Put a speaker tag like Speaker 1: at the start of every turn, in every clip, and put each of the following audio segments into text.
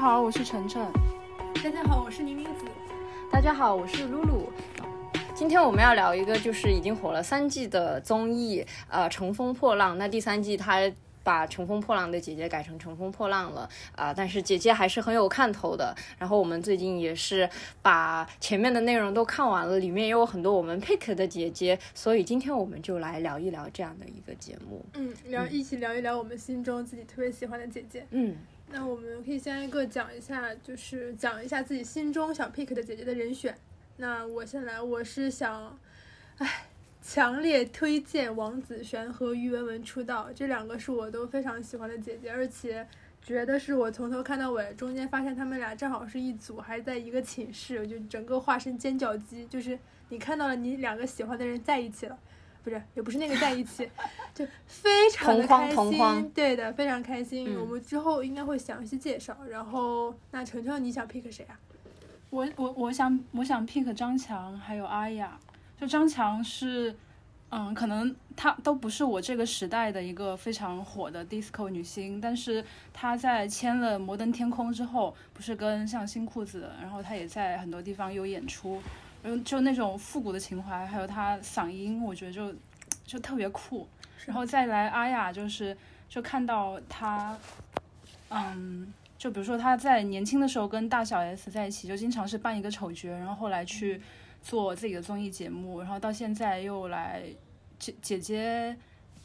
Speaker 1: 好，我是晨晨。
Speaker 2: 大家好，我是宁宁子。
Speaker 3: 大家好，我是露露。今天我们要聊一个就是已经火了三季的综艺，呃，《乘风破浪》。那第三季它把《乘风破浪的姐姐》改成《乘风破浪》了啊、但是姐姐还是很有看头的。然后我们最近也是把前面的内容都看完了，里面也有很多我们 pick 的姐姐，所以今天我们就来聊一聊这样的一个节目。
Speaker 2: 嗯，聊一起聊一聊我们心中自己特别喜欢的姐姐。
Speaker 3: 嗯，
Speaker 2: 那我们可以先一个讲一下，就是讲一下自己心中想 pick 的姐姐的人选。那我先来，我是想，哎，强烈推荐王子璇和于文文出道，这两个是我都非常喜欢的姐姐，而且觉得是我从头看到尾，中间发现她们俩正好是一组，还在一个寝室，我就整个化身尖叫鸡，就是你看到了你两个喜欢的人在一起了。不是，也不是那个在一起，就非常的
Speaker 3: 同框
Speaker 2: 开心，
Speaker 3: 同框
Speaker 2: 对的，非常开心。
Speaker 3: 嗯
Speaker 2: 我们之后应该会详细介绍。然后，那程程，你想 pick 谁啊？
Speaker 1: 我我我想我想 pick 张强还有阿雅，就张强是，嗯，可能她都不是我这个时代的一个非常火的 disco 女星，但是她在签了摩登天空之后，不是跟像新裤子，然后她也在很多地方有演出，嗯，就那种复古的情怀，还有她嗓音，我觉得就就特别酷。然后再来阿雅，就是就看到她，嗯。就比如说他在年轻的时候跟大小 S 在一起，就经常是扮一个丑角，然后后来去做自己的综艺节目，然后到现在又来姐姐姐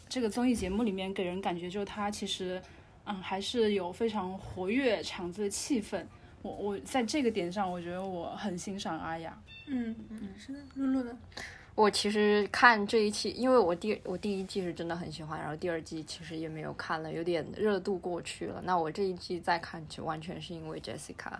Speaker 1: 这个综艺节目里面给人感觉就是他其实嗯还是有非常活跃场子的气氛。我我在这个点上，我觉得我很欣赏阿雅。
Speaker 2: 嗯，是的，露露呢？
Speaker 3: 我其实看这一期，因为我第我第一季是真的很喜欢，然后第二季其实也没有看了，有点热度过去了。那我这一季再看，就完全是因为 Jessica，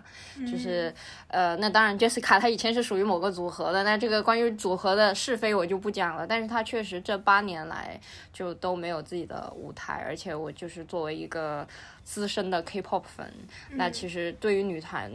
Speaker 3: 就是、呃，那当然 Jessica 她以前是属于某个组合的，那这个关于组合的是非我就不讲了。但是她确实这八年来就都没有自己的舞台，而且我就是作为一个资深的 K-pop 粉，
Speaker 2: 嗯
Speaker 3: 那其实对于女团，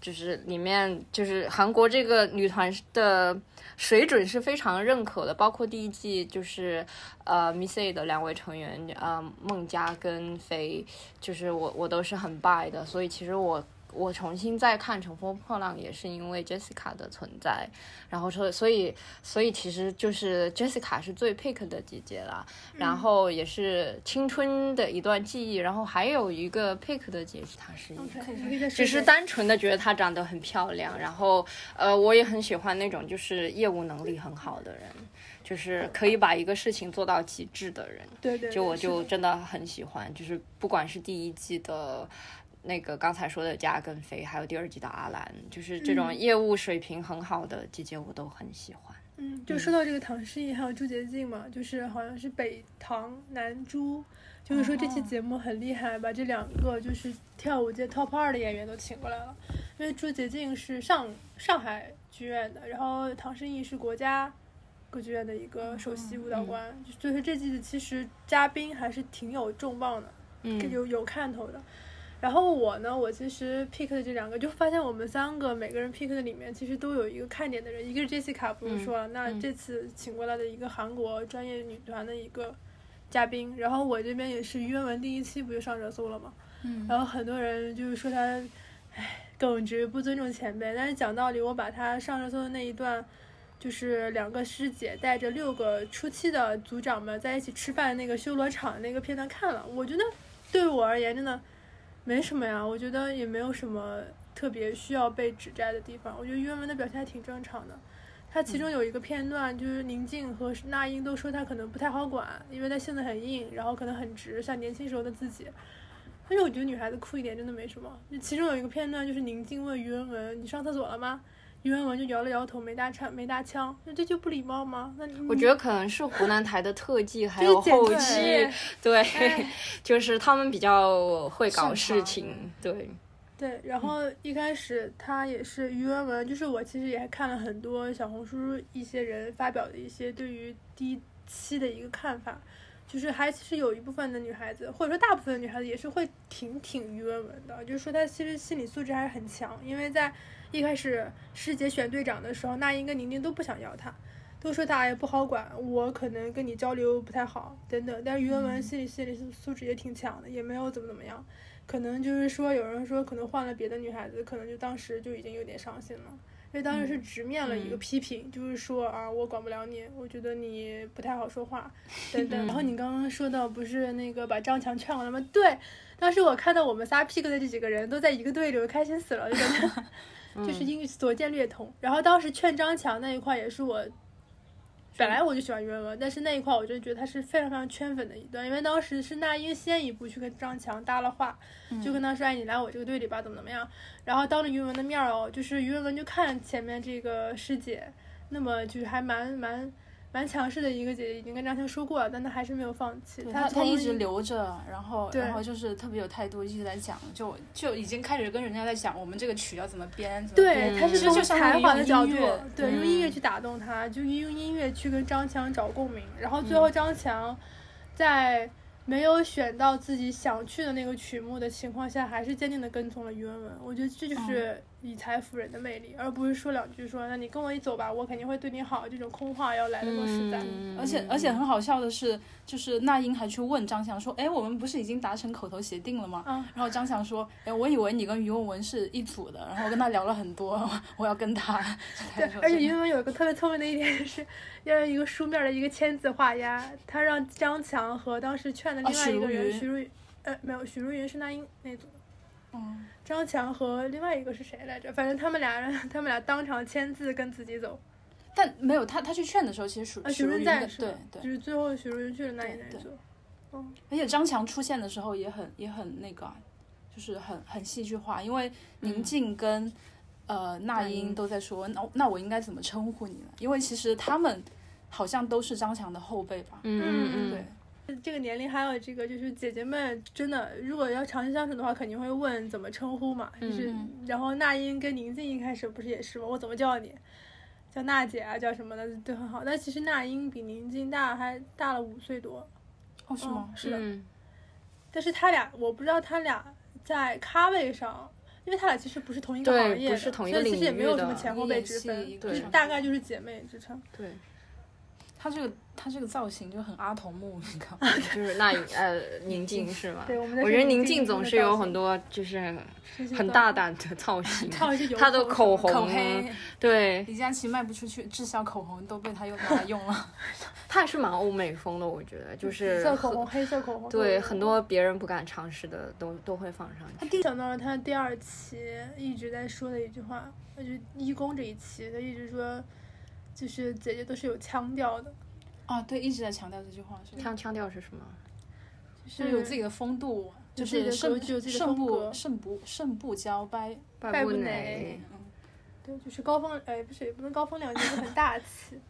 Speaker 3: 就是里面就是韩国这个女团的水准是非常认可的，包括第一季就是呃 Miss A 的两位成员，呃孟佳跟肥，就是我我都是很 buy 的，所以其实我。我重新再看《乘风破浪》也是因为 Jessica 的存在，然后说，所以所以其实就是 Jessica 是最 pick 的姐姐啦，然后也是青春的一段记忆，然后还有一个 pick 的姐姐，她是一个
Speaker 2: OK，你嗯可以再说
Speaker 3: 只是
Speaker 2: 一遍
Speaker 3: 单纯的觉得她长得很漂亮，然后呃，我也很喜欢那种就是业务能力很好的人，就是可以把一个事情做到极致的人。
Speaker 2: 对对，
Speaker 3: 就我
Speaker 2: 是
Speaker 3: 就
Speaker 2: 的
Speaker 3: 真的很喜欢，就是不管是第一季的。那个刚才说的加跟飞，还有第二季的阿兰，就是这种
Speaker 2: 嗯
Speaker 3: 业务水平很好的姐姐，我都很喜欢。
Speaker 2: 嗯，就说到这个唐诗逸还有朱洁静嘛，就是好像是北唐南朱，就是说这期节目很厉害，把这两个就是跳舞界 top 二的演员都请过来了，因为朱洁静是上上海剧院的，然后唐诗逸是国家。歌剧院的一个首席舞蹈官，就就是这季其实嘉宾还是挺有重磅的，
Speaker 3: 嗯，
Speaker 2: 有有看头的。然后我呢，我其实 pick 的这两个，就发现我们三个每个人 pick 的里面，其实都有一个看点的人，一个是 Jessica，不用说了，那
Speaker 3: 嗯
Speaker 2: 这次请过来的一个韩国专业女团的一个嘉宾，然后我这边也是于文文第一期不就上热搜了吗？
Speaker 1: 嗯
Speaker 2: 然后很多人就是说她，唉，耿直不尊重前辈。但是讲道理，我把她上热搜的那一段，就是两个师姐带着六个初期的组长们在一起吃饭那个修罗场那个片段看了，我觉得对我而言真的没什么呀，我觉得也没有什么特别需要被指摘的地方。我觉得于文文的表现还挺正常的。她其中有一个片段，就是宁静和那英都说她可能不太好管，因为她性子很硬，然后可能很直，像年轻时候的自己。但是我觉得女孩子酷一点真的没什么。就其中有一个片段，就是宁静问于文文：“你上厕所了吗？”于文文就摇了摇头，没搭腔，没搭腔。那这就不礼貌吗？那
Speaker 3: 我觉得可能是湖南台的特技还
Speaker 2: 就是
Speaker 3: 有
Speaker 2: 剪
Speaker 3: 后
Speaker 2: 出来
Speaker 3: 期
Speaker 2: 哎，
Speaker 3: 对
Speaker 2: 哎，
Speaker 3: 就是他们比较会搞
Speaker 1: 擅
Speaker 3: 事
Speaker 1: 长
Speaker 3: 情，对，
Speaker 2: 对，然后一开始他也是于文文，就是我其实也看了很多小红书一些人发表的一些对于第一期的一个看法，就是还是有一部分的女孩子，或者说大部分的女孩子也是会挺挺于文文的，就是说她其实心理素质还是很强，因为在一开始师姐选队长的时候，那英跟宁宁都不想要她。都说她哎也不好管，我可能跟你交流不太好，等等。但是于文文心理心理素质也挺强的，也没有怎么怎么样。可能就是说，有人说可能换了别的女孩子，可能就当时就已经有点伤心了，因为当时是直面了一个批评，就是说啊，我管不了你，我觉得你不太好说话，等等。然后你刚刚说到不是那个把张强劝过来吗？对，当时我看到我们仨 pick 的这几个人都在一个队里，我开心死了，就感觉就是英语所见略同。然后当时劝张强那一块也是我。本来我就喜欢袁文，但是那一块我就觉得他是非常非常圈粉的一段，因为当时是那英先一步去跟张强搭了话，就跟他说：“哎，你来我这个队里吧，怎么怎么样。”然后当着于文的面儿哦，就是于文就看前面这个师姐，那么就是还蛮蛮蛮强势的一个姐姐，已经跟张强说过了，但她还是没有放弃。
Speaker 1: 对
Speaker 2: 她
Speaker 1: 他他一直
Speaker 2: 留。
Speaker 1: 留着，然后
Speaker 2: 对
Speaker 1: 然后就是特别有态度，一直在讲，就就已经开始跟人家在讲我们这个曲要怎么编，怎么编
Speaker 2: 对，他是
Speaker 1: 其实
Speaker 2: 从
Speaker 1: 就相当于
Speaker 2: 才华的
Speaker 1: 用
Speaker 2: 角度
Speaker 1: 音乐，嗯
Speaker 2: 对，用音乐去打动他，就用音乐去跟张强找共鸣。然后
Speaker 1: 嗯
Speaker 2: 最后张强在没有选到自己想去的那个曲目的情况下，还是坚定的跟从了于文文。我觉得这
Speaker 1: 嗯
Speaker 2: 就是以才服人的魅力，而不是说两句说“那你跟我一走吧，我肯定会对你好”这种空话要来的更实在。
Speaker 1: 而且而且很好笑的是，就是那英还去问张翔说：“哎，我们不是已经达成口头协定了吗？”
Speaker 2: 嗯
Speaker 1: 然后张翔说：“哎，我以为你跟于文文是一组的，然后我跟他聊了很多， 我要跟他。”
Speaker 2: 对，而且于文文有一个特别聪明的一点就是，要用一个书面的一个签字画押，他让张强和当时劝的
Speaker 1: 啊
Speaker 2: 另外一个人
Speaker 1: 许茹芸
Speaker 2: 许茹芸，呃，没有，许茹芸是那英那组的。
Speaker 1: 嗯，
Speaker 2: 张强和另外一个是谁来着？反正他们俩人，他们俩当场签字跟自己走。
Speaker 1: 但没有他，他去劝的时候，其实
Speaker 2: 啊，
Speaker 1: 许
Speaker 2: 许
Speaker 1: 许
Speaker 2: 茹
Speaker 1: 茹
Speaker 2: 芸
Speaker 1: 芸
Speaker 2: 在
Speaker 1: 的
Speaker 2: 是吧
Speaker 1: 对对
Speaker 2: 就，是最后许茹芸去了那一那一
Speaker 1: 对
Speaker 2: 组。
Speaker 1: 而且张强出现的时候也很也很那个啊，就是很很戏剧化，因为
Speaker 2: 嗯
Speaker 1: 宁静跟、呃那
Speaker 3: 那
Speaker 1: 英
Speaker 3: 英
Speaker 1: 都在说，那那我应该怎么称呼你呢？因为其实他们好像都是张强的后辈吧，
Speaker 3: 嗯嗯嗯，
Speaker 1: 对，
Speaker 2: 这个年龄还有这个，就是姐姐们真的，如果要长期相处的话，肯定会问怎么称呼嘛。
Speaker 3: 嗯
Speaker 2: 就是，然后那英跟宁静一开始不是也是吗？我怎么叫你？叫娜姐啊，叫什么的都很好。但其实那英比宁静大还大了五岁多，
Speaker 1: 哦是吗
Speaker 2: 嗯？是的。
Speaker 3: 嗯
Speaker 2: 但是他俩，我不知道他俩在咖位上，因为他俩其实不是同一个
Speaker 3: 对
Speaker 2: 行业的，
Speaker 3: 不是同一个
Speaker 2: 所以其实也
Speaker 3: 领
Speaker 2: 没
Speaker 3: 域
Speaker 2: 有什
Speaker 3: 的
Speaker 2: 么前后辈之
Speaker 1: 也是
Speaker 2: 分，
Speaker 1: 一
Speaker 2: 就
Speaker 1: 个
Speaker 2: 是
Speaker 3: 对
Speaker 2: 大概就是姐妹之称。
Speaker 3: 对，
Speaker 1: 他这个他这个造型就很阿童木，你 看，
Speaker 3: 就是那呃宁静是吗？
Speaker 2: 对，我们在
Speaker 3: 我
Speaker 2: 说
Speaker 3: 觉得宁
Speaker 2: 静
Speaker 3: 静总是有很多就是很大，胆的造型，
Speaker 2: 他是有
Speaker 3: 她的口红
Speaker 1: 口
Speaker 3: 啊
Speaker 1: 黑，
Speaker 3: 对，
Speaker 1: 李佳琦卖不出去，滞销口红都被他用拿来用 了。
Speaker 3: 她也是蛮欧美风的，我觉得就
Speaker 2: 紫
Speaker 3: 是
Speaker 2: 色口
Speaker 3: 很
Speaker 2: 红、黑色口红，
Speaker 3: 对很。多别人不敢尝试的都都会放上去。
Speaker 2: 他第想到了他第二期一直在说的一句话，那就一公这一期，他一直说，就是姐姐都是有腔调的，
Speaker 1: 啊，对，一直在强调这句话，是吧
Speaker 3: 腔腔调是什么？
Speaker 2: 就
Speaker 1: 就是是有自己的风度，就
Speaker 2: 有自己的
Speaker 1: 是胜
Speaker 2: 格局有自己的
Speaker 1: 胜
Speaker 2: 风格
Speaker 1: 不胜不胜不骄掰。
Speaker 3: 拜
Speaker 2: 拜布
Speaker 3: 布
Speaker 2: 雷
Speaker 3: 雷，
Speaker 2: 对，就是高风，哎，不是，也不能高风亮节，就是很大气。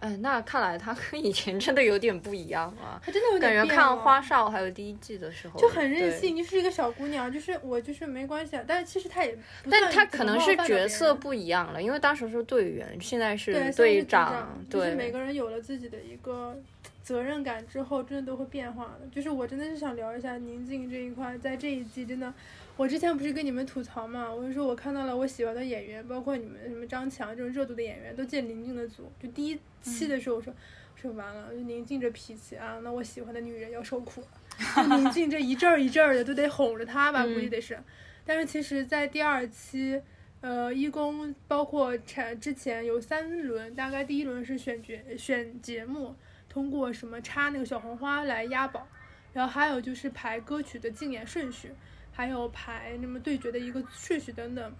Speaker 3: 嗯，那看来她跟以前真的有点不一样啊。
Speaker 2: 他真的有
Speaker 3: 感
Speaker 2: 点
Speaker 3: 觉
Speaker 2: 变
Speaker 3: 看
Speaker 2: 了
Speaker 3: 花少还有第一季的时候
Speaker 2: 就很任
Speaker 3: 对
Speaker 2: 性，就是一个小姑娘，就是我就是没关系啊，但是其实她也不算
Speaker 3: 但他
Speaker 2: 怎
Speaker 3: 可
Speaker 2: 么
Speaker 3: 能
Speaker 2: 冒
Speaker 3: 是
Speaker 2: 犯到别
Speaker 3: 角色
Speaker 2: 人
Speaker 3: 不一样了，因为当时是队员，现在
Speaker 2: 对
Speaker 3: 是
Speaker 2: 虽然是
Speaker 3: 队
Speaker 2: 组
Speaker 3: 长，
Speaker 2: 就是每
Speaker 3: 对，
Speaker 2: 个人有了自己的一个责任感之后，真的都会变化的。就是我真的是想聊一下宁静这一块，在这一季真的，我之前不是跟你们吐槽嘛，我就说我看到了我喜欢的演员，包括你们什么张强这种热度的演员都进宁静的组，就第一期的时候我说。说完了，就宁静这脾气啊，那我喜欢的女人要受苦了。 就宁静这一阵儿一阵儿的，都得哄着她吧，估计得是。但是其实，在第二期，呃，一公包括产之前有三轮，大概第一轮是选角选节目，通过什么插那个小红花来押宝，然后还有就是排歌曲的竞演顺序，还有排那么对决的一个顺序等等。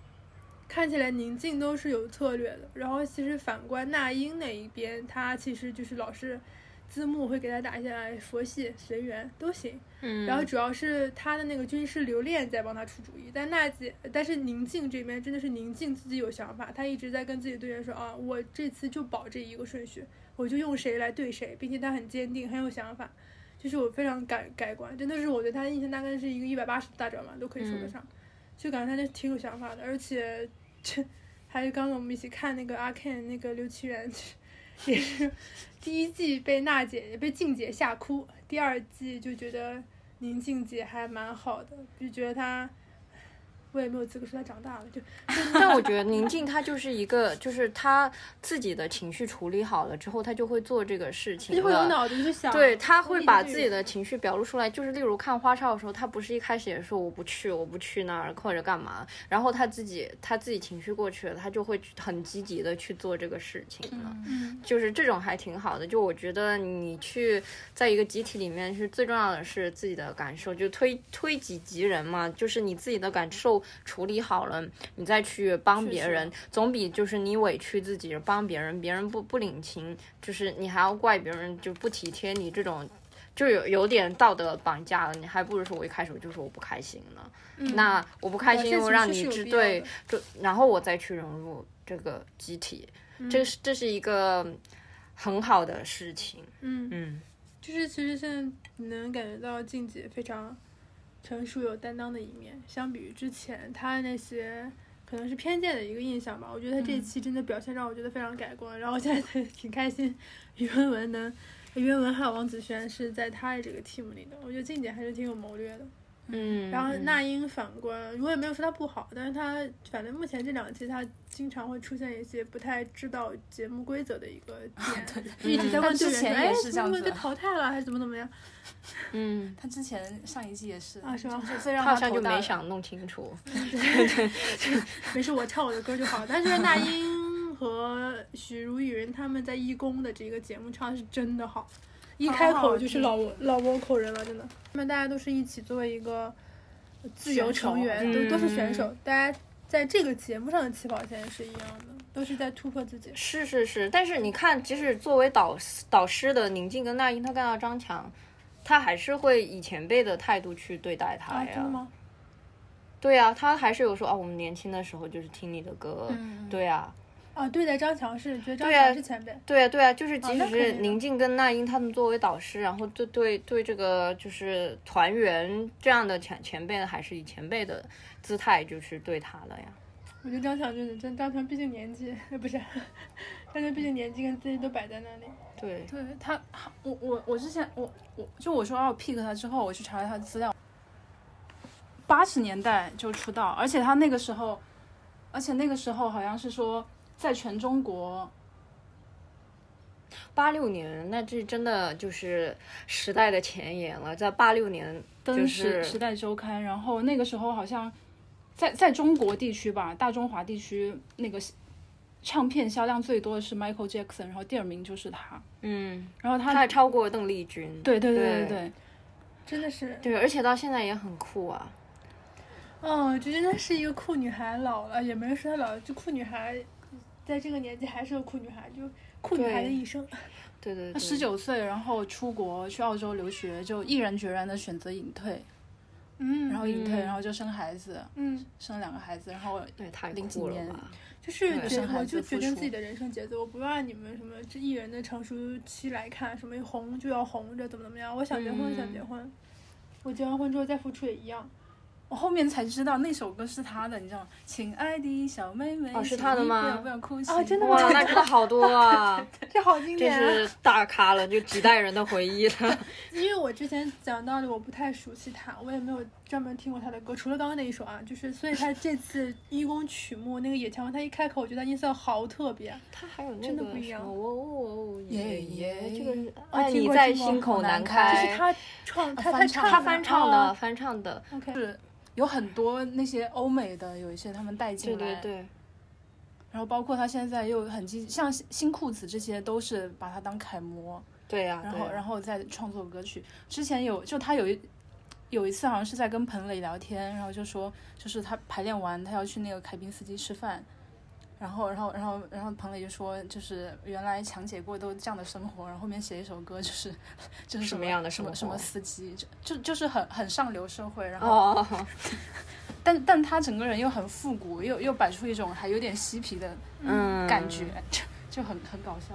Speaker 2: 看起来宁静都是有策略的，然后其实反观那英那一边，她其实就是老是字幕会给她打下来佛系随缘都行，
Speaker 3: 嗯
Speaker 2: 然后主要是他的那个军师刘恋在帮他出主意，但娜姐，但是宁静这边真的是宁静自己有想法，她一直在跟自己队员说啊，我这次就保这一个顺序，我就用谁来对谁，并且她很坚定，很有想法，就是我非常改改观，真的是我对她的印象大概是一个一百八十大转吧，都可以说得
Speaker 3: 嗯
Speaker 2: 上，就感觉她挺有想法的，而且这还是刚刚我们一起看那个阿 Ken 那个刘奇源，也是第一季被娜姐被静姐吓哭，第二季就觉得。宁静姐还蛮好的，就觉得她我也没有资格说他长大了，就
Speaker 3: 但我觉得宁静她就是一个，就是她自己的情绪处理好了之后，她就会做这个事
Speaker 2: 他
Speaker 3: 情
Speaker 2: 就会有
Speaker 3: 了。
Speaker 2: 脑子去想，
Speaker 3: 对，她会把自己
Speaker 2: 的
Speaker 3: 的情绪表露出来，就是例如看花少的时候，她不是一开始也说我不去，我不去那儿或者干嘛，然后她自己她自己情绪过去了，她就会很积极的去做这个事情了。
Speaker 2: 嗯
Speaker 3: 就是这种还挺好的。就我觉得你去在一个集体里面是最重要的是自己的感受，就推推己及人嘛，就是你自己的感受处理好了，你再去帮
Speaker 1: 是
Speaker 3: 别
Speaker 1: 是
Speaker 3: 人，总比就是你委屈自己帮别人，别人不不领情，就是你还要怪别人就不体贴你这种。就有有点道德绑架了，你还不如说我一开始我就说我不开心呢。
Speaker 2: 嗯
Speaker 3: 那我不开
Speaker 2: 表
Speaker 3: 心，
Speaker 2: 现
Speaker 3: 我
Speaker 2: 情
Speaker 3: 让
Speaker 2: 绪
Speaker 3: 你
Speaker 2: 是有
Speaker 3: 知
Speaker 2: 必要
Speaker 3: 对
Speaker 2: 的，
Speaker 3: 就然后我再去融入这个集体，
Speaker 2: 嗯
Speaker 3: 这是这是一个很好的事情。
Speaker 2: 嗯，
Speaker 3: 嗯，
Speaker 2: 就是其实现在你能感觉到静姐非常成熟有担当的一面，相比于之前她那些可能是偏见的一个印象吧，我觉得她这一期真的表现让我觉得非常改观，然后我现在 挺开心，于文文能。于文文还有王子轩是在她的这个 team 里的，我觉得静姐还是挺有谋略的。
Speaker 3: 嗯，
Speaker 2: 然后
Speaker 3: 嗯
Speaker 2: 那英反观，我也没有说她不好，但是她反正目前这两期她经常会出现一些不太知道节目规则的一个
Speaker 1: 哦
Speaker 2: 点，嗯就一直在
Speaker 1: 她
Speaker 2: 问
Speaker 1: 之
Speaker 2: 队员说：“
Speaker 1: 前也
Speaker 2: 哎，
Speaker 1: 是这
Speaker 2: 怎
Speaker 1: 样
Speaker 2: 么怎么
Speaker 1: 子
Speaker 2: 被
Speaker 1: 的
Speaker 2: 淘汰了，还是怎么怎么样
Speaker 3: 嗯，
Speaker 1: 他之前上一季也是
Speaker 2: 啊？”是吗？
Speaker 1: 就最让
Speaker 3: 他好
Speaker 1: 头
Speaker 3: 像就
Speaker 1: 大
Speaker 3: 没
Speaker 1: 的
Speaker 3: 想弄清楚。
Speaker 2: 没事，我唱我的歌就好。但是那英和许茹芸他们在义工的这个节目唱的是真的好，一开口就是老老倭寇人了，真的。他们大家都是一起作为一个自由成员，
Speaker 3: 选
Speaker 2: 都
Speaker 3: 手
Speaker 2: 都是选
Speaker 3: 嗯
Speaker 2: 手，大家在这个节目上的起跑线是一样的，都是在突破自己。
Speaker 3: 是是是，但是你看，即使作为导导师的宁静跟那英，他看到张强，他还是会以前辈的态度去对待他
Speaker 2: 啊，
Speaker 3: 呀。
Speaker 2: 真的吗？
Speaker 3: 对呀、他还是有说啊，我们年轻的时候就是听你的歌。
Speaker 1: 嗯嗯
Speaker 3: 对呀、
Speaker 2: 啊，对待张强是觉得张
Speaker 3: 对啊
Speaker 2: 强是前辈，
Speaker 3: 对啊，对啊，就是
Speaker 2: 哦
Speaker 3: 即
Speaker 2: 那肯
Speaker 3: 使是
Speaker 2: 定的
Speaker 3: 宁静跟那英他们作为导师，然后对对对这个就是团员这样的前前辈，还是以前辈的姿态就是对他了呀。
Speaker 2: 我觉得张强就是真，张强毕竟年纪不是， 张强毕竟年纪跟资历都摆在那里。
Speaker 3: 对，
Speaker 1: 对他，我我我之前我我就我说要 pick 他之后，我去查了他的资料，八十年代就出道，而且他那个时候，而且那个时候好像是说在全中国，
Speaker 3: 八六年那这真的就是时代的前沿了，在八六年
Speaker 1: 登
Speaker 3: 就是
Speaker 1: 时时代周刊，然后那个时候好像在在中国地区吧，大中华地区那个唱片销量最多的是 Michael Jackson，然后第二名就是他，
Speaker 3: 嗯，
Speaker 1: 然后
Speaker 3: 他
Speaker 1: 他
Speaker 3: 还超过邓丽君。
Speaker 1: 对对对
Speaker 3: 对
Speaker 1: 对对，
Speaker 2: 真的是，
Speaker 3: 对，而且到现在也很酷啊。
Speaker 2: 嗯，这真的是一个酷女孩，老了也没人说她老了，就酷女孩，在这个年纪还是个酷女孩，就酷女孩的
Speaker 3: 对
Speaker 2: 一生。
Speaker 3: 对对
Speaker 1: 他
Speaker 3: 对，
Speaker 1: 十九岁，然后出国去澳洲留学，就毅然决然的选择隐退。
Speaker 2: 嗯，
Speaker 1: 然后隐退，
Speaker 3: 嗯
Speaker 1: 然后就生孩子，
Speaker 2: 嗯，
Speaker 1: 生了两个孩子，然后
Speaker 3: 对太
Speaker 1: 零几
Speaker 3: 酷了
Speaker 1: 年
Speaker 3: 吧？
Speaker 2: 就是觉
Speaker 3: 对
Speaker 1: 生
Speaker 2: 得我
Speaker 1: 孩
Speaker 2: 就
Speaker 1: 子
Speaker 2: 决
Speaker 1: 付
Speaker 2: 定
Speaker 1: 出
Speaker 2: 自己的人生节奏，我不按你们什么这艺人的成熟期来看，什么红就要红着，怎么怎么样，我想结婚就想
Speaker 3: 嗯
Speaker 2: 结婚，我结完婚之后再付出也一样。
Speaker 1: 我后面才知道那首歌是他的，你知道吗？亲爱的小妹妹，
Speaker 3: 哦是
Speaker 1: 请
Speaker 3: 他的
Speaker 1: 你
Speaker 3: 吗
Speaker 1: 不要不要哭泣
Speaker 2: 啊真的吗
Speaker 3: 哇，那真的好多 啊！
Speaker 2: 这好经
Speaker 3: 这
Speaker 2: 典、啊！
Speaker 3: 是大咖了，就几代人的回忆了。
Speaker 2: 因为我之前讲道理，我不太熟悉他，我也没有专门听过他的歌，除了刚刚那一首啊，就是所以他这次义工曲目那个野蔷薇，他一开口，我觉得他音色好特别，
Speaker 3: 他还有那
Speaker 2: 真的
Speaker 3: 个
Speaker 2: 不一
Speaker 3: 什
Speaker 2: 样
Speaker 3: 么哦哦哦
Speaker 1: 耶
Speaker 3: 耶耶，
Speaker 1: 耶
Speaker 3: 这个是
Speaker 2: 啊
Speaker 3: 爱
Speaker 2: 听
Speaker 3: 你
Speaker 2: 过
Speaker 3: 在
Speaker 2: 听过
Speaker 3: 心口
Speaker 1: 好难
Speaker 3: 难
Speaker 2: 这
Speaker 1: 开
Speaker 3: 开，
Speaker 2: 是他创他
Speaker 1: 翻
Speaker 2: 他
Speaker 1: 唱
Speaker 2: 唱哦
Speaker 3: 他翻唱的，翻唱的，
Speaker 2: o k
Speaker 1: 是有很多那些欧美的有一些他们带进
Speaker 3: 对
Speaker 1: 来，
Speaker 3: 对对，
Speaker 1: 然后包括他现在又很积，像新裤子这些都是把他当楷模，
Speaker 3: 对呀、
Speaker 1: 然
Speaker 3: 啊对
Speaker 1: 后
Speaker 3: 呀
Speaker 1: 然后再创作歌曲。之前有就他有一有一次好像是在跟彭磊聊天，然后就说就是他排练完他要去那个凯宾斯基吃饭，然后然后然后然后彭磊就说就是原来强姐过都这样的生活，然后后面写一首歌就是就是
Speaker 3: 什么
Speaker 1: 么
Speaker 3: 样的
Speaker 1: 什么
Speaker 3: 生
Speaker 1: 什
Speaker 3: 活
Speaker 1: 么司机就就就是很很上流社会，然后、
Speaker 3: 哦，
Speaker 1: 但但他整个人又很复古，又又摆出一种还有点嬉皮的
Speaker 3: 嗯，
Speaker 1: 感觉，就就很很搞笑。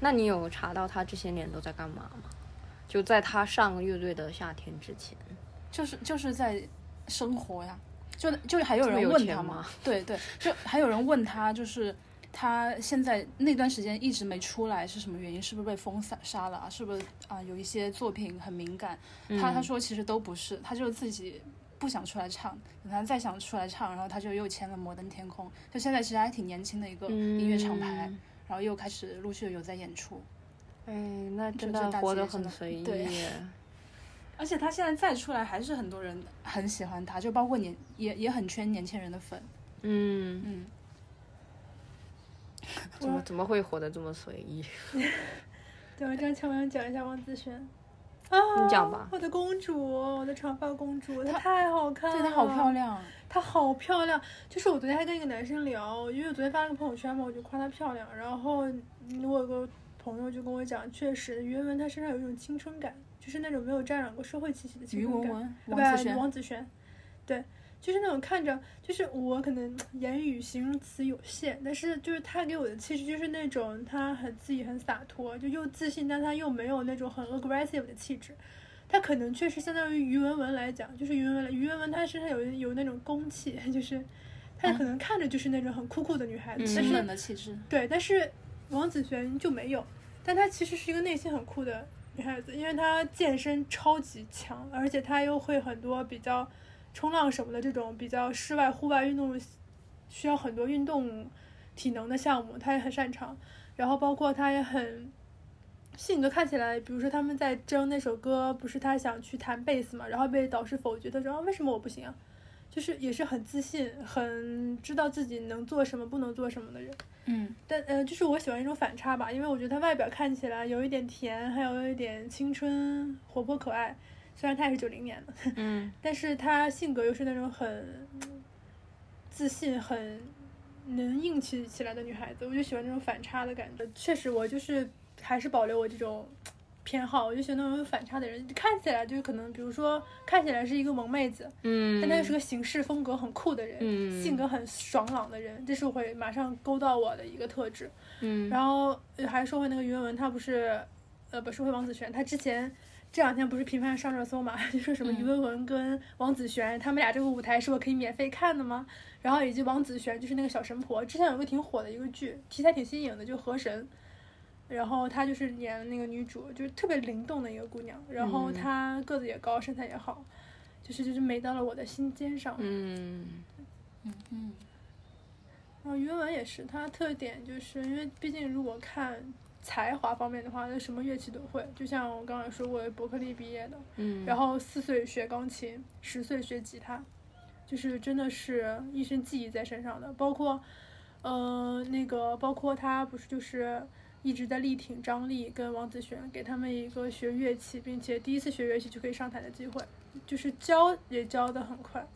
Speaker 3: 那你有查到他这些年都在干嘛吗？就在他上乐队的夏天之前，
Speaker 1: 就是就是在生活呀，就就还有
Speaker 3: 这么
Speaker 1: 人
Speaker 3: 有
Speaker 1: 问
Speaker 3: 钱
Speaker 1: 他嘛
Speaker 3: 吗，
Speaker 1: 对对，就还有人问他，就是他现在那段时间一直没出来是什么原因？是不是被封杀杀了啊？
Speaker 3: 嗯
Speaker 1: 是不是啊、有一些作品很敏感？他他说其实都不是，他就自己不想出来唱，等他再想出来唱，然后他就又签了摩登天空，就现在其实还挺年轻的一个音乐厂牌，
Speaker 3: 嗯
Speaker 1: 然后又开始陆续有在演出，
Speaker 3: 哎，那真
Speaker 1: 就这
Speaker 3: 的
Speaker 1: 大
Speaker 3: 活
Speaker 1: 姐
Speaker 3: 得
Speaker 1: 真
Speaker 3: 很
Speaker 1: 的
Speaker 3: 随意
Speaker 1: 对
Speaker 3: 耶。
Speaker 1: 而且他现在再出来还是很多人很喜欢他，就包括年也也很圈年轻人的粉，
Speaker 3: 嗯，
Speaker 1: 嗯，
Speaker 3: 怎么怎么会活得这么随意？
Speaker 2: 对，我张强，我想讲一下汪自璇。
Speaker 3: 你讲吧。
Speaker 2: 我的公主，我的长发公主，她太好看了，
Speaker 1: 对她好漂，亮，啊
Speaker 2: 她好漂亮。就是我昨天还跟一个男生聊，因为我昨天发了个朋友圈嘛，我就夸她漂亮，然后嗯我有个朋友就跟我讲，确实于文文她身上有一种青春感，就是那种没有沾染过社会气息的青
Speaker 1: 于
Speaker 2: 春感。
Speaker 1: 文文、
Speaker 2: 对
Speaker 1: 王
Speaker 2: 吧？
Speaker 1: 自璇，
Speaker 2: 王子璇，对，就是那种看着，就是我可能言语形容词有限，但是就是他给我的气质就是那种他很自己很洒脱，就又自信，但他又没有那种很 aggressive 的气质。他可能确实相当于于文文来讲，就是于文文来，于文文她身上有有那种攻气， 就是她可能看着就是那种很酷酷的女孩子，
Speaker 3: 嗯
Speaker 2: 但
Speaker 1: 清
Speaker 2: 是
Speaker 1: 冷的气质，
Speaker 2: 对，但是王子璇就没有，但她其实是一个内心很酷的女孩子，因为她健身超级强，而且她又会很多比较冲浪什么的这种比较室外户外运动需要很多运动体能的项目，她也很擅长。然后包括她也很性格看起来，比如说他们在争那首歌，不是她想去弹贝斯嘛，然后被导师否决，她说、啊、为什么我不行啊？就是也是很自信，很知道自己能做什么，不能做什么的人。
Speaker 1: 嗯，
Speaker 2: 但呃，就是我喜欢一种反差吧，因为我觉得她外表看起来有一点甜，还有一点青春活泼可爱。虽然她也是九零年的，
Speaker 3: 嗯
Speaker 2: 但是她性格又是那种很嗯自信、很能硬气起来的女孩子，我就喜欢这种反差的感觉。确实，我就是还是保留我这种偏好，我就喜欢那种有反差的人，看起来就是可能，比如说看起来是一个萌妹子，
Speaker 3: 嗯，
Speaker 2: 但她又是个行事风格很酷的人，
Speaker 3: 嗯
Speaker 2: 性格很爽朗的人，这是会马上勾到我的一个特质。
Speaker 3: 嗯
Speaker 2: 然后呃还说回那个于文文，她不是，呃，不是回王子璇，她之前这两天不是频繁上热搜嘛， 就说什么于文文跟王子璇，他们俩这个舞台是我可以免费看的吗？然后以及王子璇就是那个小神婆，之前有一个挺火的一个剧，题材挺新颖的，就《河神》，然后她就是演那个女主，就是特别灵动的一个姑娘，然后
Speaker 3: 嗯
Speaker 2: 她个子也高，身材也好，就是就是美到了我的心尖上。
Speaker 3: 嗯
Speaker 1: 嗯，
Speaker 2: 然后于文文也是，她特点就是因为毕竟如果看才华方面的话，那什么乐器都会。就像我刚才说过，伯克利毕业的，
Speaker 3: 嗯，
Speaker 2: 然后四岁学钢琴，十岁学吉他，就是真的是一身技艺在身上的。包括，呃，那个包括她不是就是一直在力挺张力跟王子璇，给他们一个学乐器，并且第一次学乐器就可以上台的机会，就是教也教的很快。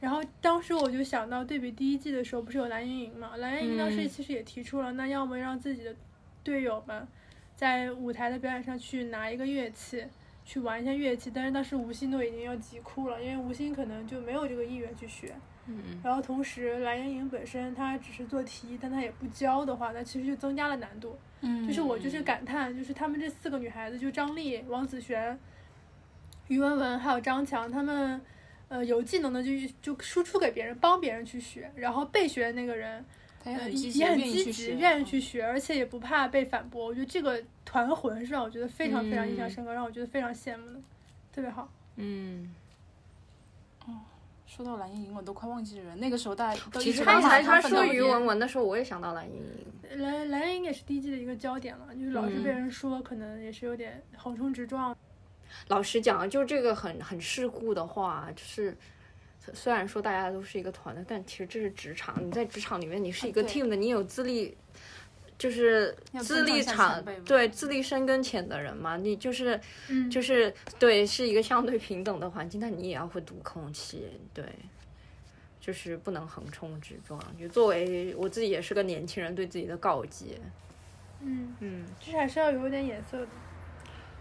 Speaker 2: 然后当时我就想到，对比第一季的时候，不是有蓝盈莹嘛？蓝盈莹当时
Speaker 3: 嗯
Speaker 2: 其实也提出了，那要么让自己的队友们在舞台的表演上去拿一个乐器，去玩一下乐器，但是当时吴昕都已经要急哭了，因为吴昕可能就没有这个意愿去学。
Speaker 3: 嗯
Speaker 2: 然后同时，蓝盈莹本身她只是做题，但她也不教的话，那其实就增加了难度。
Speaker 1: 嗯，
Speaker 2: 就是我就是感叹，就是她们这四个女孩子，就张丽、王子璇、于文文还有张强，她们呃有技能的就就输出给别人，帮别人去学，然后被学的那个人
Speaker 1: 他也
Speaker 2: 呃
Speaker 1: 很
Speaker 2: 也
Speaker 1: 积极，
Speaker 2: 也很
Speaker 1: 愿意
Speaker 2: 积
Speaker 1: 去
Speaker 2: 极，
Speaker 1: 学嗯
Speaker 2: 愿意去学，而且也不怕被反驳。我觉得这个团魂是让我觉得非常非常印象
Speaker 3: 嗯
Speaker 2: 深刻，让我觉得非常羡慕的，特别好。
Speaker 3: 嗯，
Speaker 1: 说到蓝盈莹，我都快忘记人。那个时候大家都
Speaker 3: 其
Speaker 1: 一直
Speaker 3: 实
Speaker 1: 把
Speaker 3: 刚才
Speaker 1: 她
Speaker 3: 他
Speaker 1: 放在
Speaker 3: 说
Speaker 1: 我
Speaker 3: 于
Speaker 1: 眼
Speaker 3: 文文的时候，我也想到蓝盈莹。
Speaker 2: 蓝蓝盈莹也是第一季的一个焦点了，就是老是被
Speaker 3: 嗯
Speaker 2: 人说，可能也是有点横冲直撞。
Speaker 3: 老实讲，啊就这个很很世故的话，就是虽然说大家都是一个团的，但其实这是职场。你在职场里面，你是一个
Speaker 1: 啊对
Speaker 3: team 的，你有资历，就是
Speaker 1: 要
Speaker 3: 资
Speaker 1: 尊重一
Speaker 3: 历
Speaker 1: 下
Speaker 3: 长
Speaker 1: 前辈嘛
Speaker 3: 对资历深跟浅的人嘛，你就是
Speaker 2: 嗯，
Speaker 3: 就是对是一个相对平等的环境，但你也要会读空气，对。就是不能横冲直撞。就作为我自己也是个年轻人，对自己的告诫。
Speaker 2: 嗯，
Speaker 3: 嗯，
Speaker 2: 就是还是要有一点眼色的，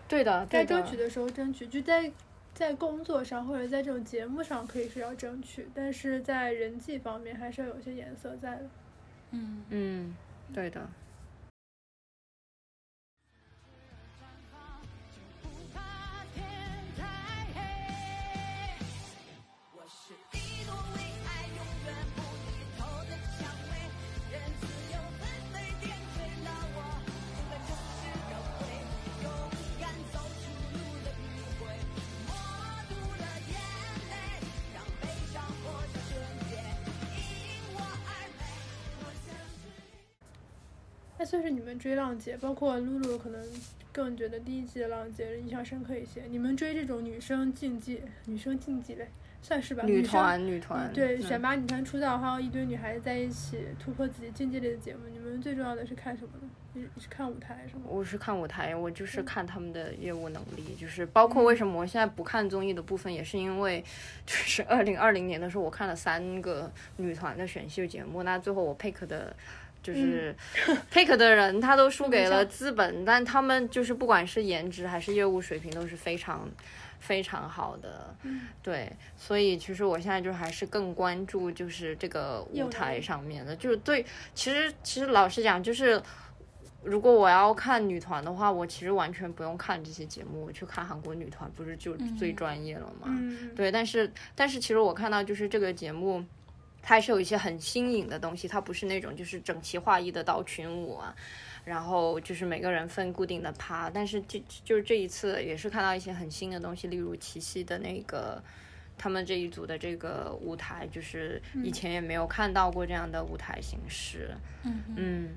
Speaker 3: 对的，
Speaker 2: 该
Speaker 3: 对的
Speaker 2: 争取的时候争取，就在在工作上或者在这种节目上可以是要争取，但是在人际方面还是要有一些颜色在的。
Speaker 1: 嗯，
Speaker 3: 嗯，对的。
Speaker 4: 我是一路为爱永远不低头的蔷薇，任自由纷飞编织了我，不管城市的灰，勇敢走出路的迂回，默读了眼泪，
Speaker 2: 算是你们追浪姐，包括露露，可能更觉得第一季的浪姐印象深刻一些。你们追这种女生竞技、女生竞技类，算是吧？
Speaker 3: 女
Speaker 2: 女生
Speaker 3: 团女团
Speaker 2: 对，
Speaker 3: 嗯
Speaker 2: 选拔女团出道，还有一堆女孩子在一起突破自己竞技类的节目，你们最重要的是看什么呢？你你是看舞台是吗？
Speaker 3: 我是看舞台，我就是看他们的业务能力，就是包括为什么我现在不看综艺的部分，也是因为就是二零二零年的时候，我看了三个女团的选秀节目，那最后我 pick 的。就是 pick 的人，他都输给了资本，但他们就是不管是颜值还是业务水平都是非常非常好的，对，所以其实我现在就还是更关注就是这个
Speaker 2: 业务
Speaker 3: 舞
Speaker 2: 能
Speaker 3: 台
Speaker 2: 力
Speaker 3: 上面的，就是对，其实其实老实讲，就是如果我要看女团的话，我其实完全不用看这些节目，我去看韩国女团不是就最专业了吗？
Speaker 2: 嗯，
Speaker 3: 对，但是但是其实我看到就是这个节目。它还是有一些很新颖的东西，它不是那种就是整齐划一的到群舞啊，然后就是每个人分固定的趴，但是这就是这一次也是看到一些很新的东西，例如七夕的那个他们这一组的这个舞台，就是以前也没有看到过这样的舞台形式，
Speaker 1: 嗯哼
Speaker 3: 嗯，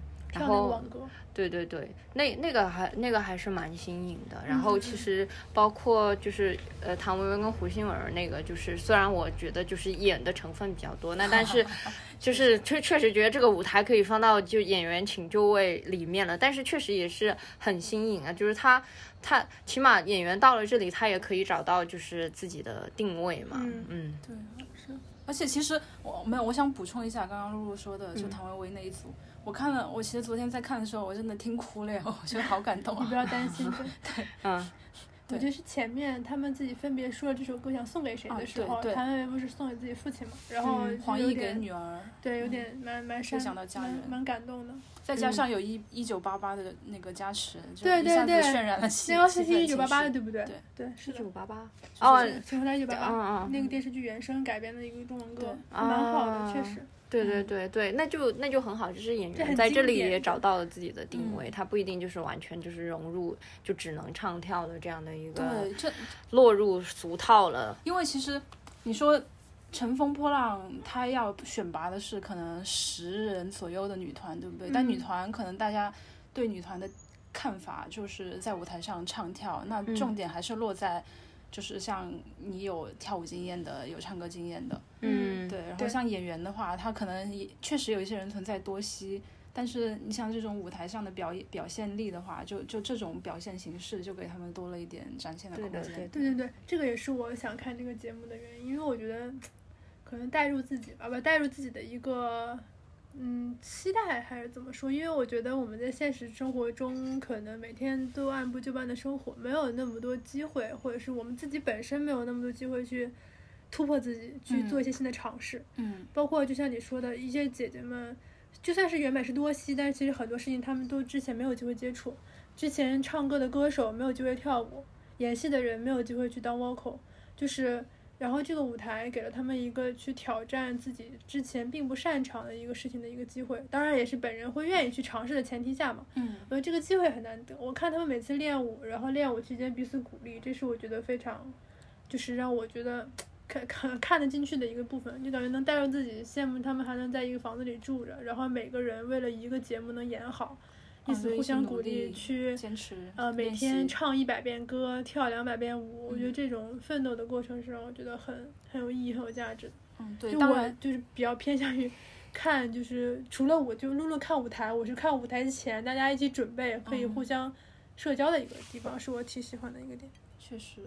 Speaker 2: 跳
Speaker 3: 然
Speaker 2: 那个
Speaker 3: 后
Speaker 2: 网格，
Speaker 3: 对对对，那那个还那个还是蛮新颖的。然后
Speaker 2: 嗯
Speaker 3: 其实包括就是呃，唐薇薇跟胡杏儿那个，就是虽然我觉得就是演的成分比较多，那但 是就是确确实觉得这个舞台可以放到就演员请就位里面了，但是确实也是很新颖啊，就是他。他起码演员到了这里，他也可以找到就是自己的定位嘛，
Speaker 2: 嗯
Speaker 3: 嗯
Speaker 1: 对，是。而且其实我没有，我想补充一下刚刚露露说的，
Speaker 2: 嗯
Speaker 1: 就唐薇薇那一组，我看了，我其实昨天在看的时候，我真的听哭了呀，我觉得好感动
Speaker 2: 你 不
Speaker 1: 啊。
Speaker 2: 要担心。对
Speaker 3: 嗯
Speaker 2: 我觉得是前面他们自己分别说这首歌想送给谁
Speaker 1: 啊
Speaker 2: 的时
Speaker 1: 对
Speaker 2: 候，
Speaker 1: 对
Speaker 2: 谭维维不是送给自己父亲嘛，然后
Speaker 1: 嗯
Speaker 2: 哦就
Speaker 1: 黄奕
Speaker 2: 有
Speaker 1: 给
Speaker 2: 点
Speaker 1: 女儿，
Speaker 2: 对，有点蛮蛮伤，
Speaker 1: 想到家
Speaker 2: 蛮
Speaker 1: 人
Speaker 2: 蛮感动的。
Speaker 1: 再加上有一一九八八的那个加持，就
Speaker 2: 嗯对
Speaker 1: 一
Speaker 2: 对
Speaker 1: 下子
Speaker 2: 对
Speaker 1: 渲染了气
Speaker 2: 那个
Speaker 1: 气
Speaker 2: 是
Speaker 1: 氛
Speaker 2: 一九
Speaker 1: 情
Speaker 2: 八八
Speaker 1: 绪
Speaker 2: 的，对不对？
Speaker 1: 对
Speaker 2: 对，是的。
Speaker 3: 八八，
Speaker 2: 哦
Speaker 3: 哦，，
Speaker 2: 请回答一九八
Speaker 3: 嗯
Speaker 2: 八，
Speaker 3: 嗯，
Speaker 2: 那个电视剧原声改编的一个中文歌，
Speaker 1: 对哦
Speaker 2: 蛮好的，
Speaker 3: 啊
Speaker 2: 确实。
Speaker 3: 对对对对，那就那就很好，就是演
Speaker 2: 嗯这很
Speaker 3: 员在这
Speaker 2: 经
Speaker 3: 里
Speaker 2: 典嗯
Speaker 3: 也
Speaker 2: 的
Speaker 3: 找到了自己的定位，他不一定就是完全就是融入，就只能唱跳的这样的一个
Speaker 1: 对，这
Speaker 3: 落入俗套了。
Speaker 2: 嗯
Speaker 1: 因为其实你说《乘风破浪》，它要选拔的是可能十人左右的女团，对不对？但
Speaker 2: 嗯
Speaker 1: 女团可能大家对女团的看法就是在舞台上唱跳，那
Speaker 3: 嗯
Speaker 1: 重点还是落在就是像你有跳舞经验的，有唱歌经验的，
Speaker 2: 嗯
Speaker 3: 嗯，
Speaker 1: 对。然后
Speaker 2: 对
Speaker 1: 像演员的话，他可能也确实有一些人存在多西。但是你像这种舞台上的表演表现力的话，就就这种表现形式，就给他们多了一点展现的
Speaker 3: 对
Speaker 1: 空
Speaker 3: 的
Speaker 1: 间。
Speaker 3: 对的
Speaker 2: 对对对，这个也是我想看这个节目的原因，因为我觉得可能带入自己吧，不带入自己的一个嗯期待还是怎么说？因为我觉得我们在现实生活中可能每天都按部就班的生活，没有那么多机会，或者是我们自己本身没有那么多机会去突破自己，去
Speaker 1: 嗯
Speaker 2: 做一些新的尝试。
Speaker 1: 嗯，
Speaker 2: 包括就像你说的一些姐姐们，就算是原本是多西，但是其实很多事情她们都之前没有机会接触，之前唱歌的歌手没有机会跳舞，演戏的人没有机会去当 vocal，就是。然后这个舞台给了她们一个去挑战自己之前并不擅长的一个事情的一个机会，当然也是本人会愿意去尝试的前提下嘛。
Speaker 1: 嗯，
Speaker 2: 我觉得这个机会很难得。我看他们每次练舞，然后练舞期间彼此鼓励，这是我觉得非常，就是让我觉得看看看得进去的一个部分，就感觉能带入自己，羡慕他们还能在一个房子里住着，然后每个人为了一个节目能演好，
Speaker 1: 嗯
Speaker 2: 彼此
Speaker 1: 就一
Speaker 2: 互
Speaker 1: 起
Speaker 2: 相
Speaker 1: 努
Speaker 2: 鼓励，
Speaker 1: 力
Speaker 2: 去
Speaker 1: 嗯坚持
Speaker 2: 呃每
Speaker 1: 练
Speaker 2: 天
Speaker 1: 习
Speaker 2: 唱一百遍歌，跳两百遍舞。我觉得
Speaker 1: 嗯
Speaker 2: 这种奋斗的过程是让我觉得很很有意义、很有价值的。
Speaker 1: 嗯，对，
Speaker 2: 就
Speaker 1: 当
Speaker 2: 我
Speaker 1: 然，
Speaker 2: 就是比较偏向于 看，就是除了我就露露看舞台，我是看舞台前大家一起准备，可以
Speaker 1: 嗯
Speaker 2: 互相社交的一个地方，是我挺喜欢的一个点。
Speaker 1: 确实，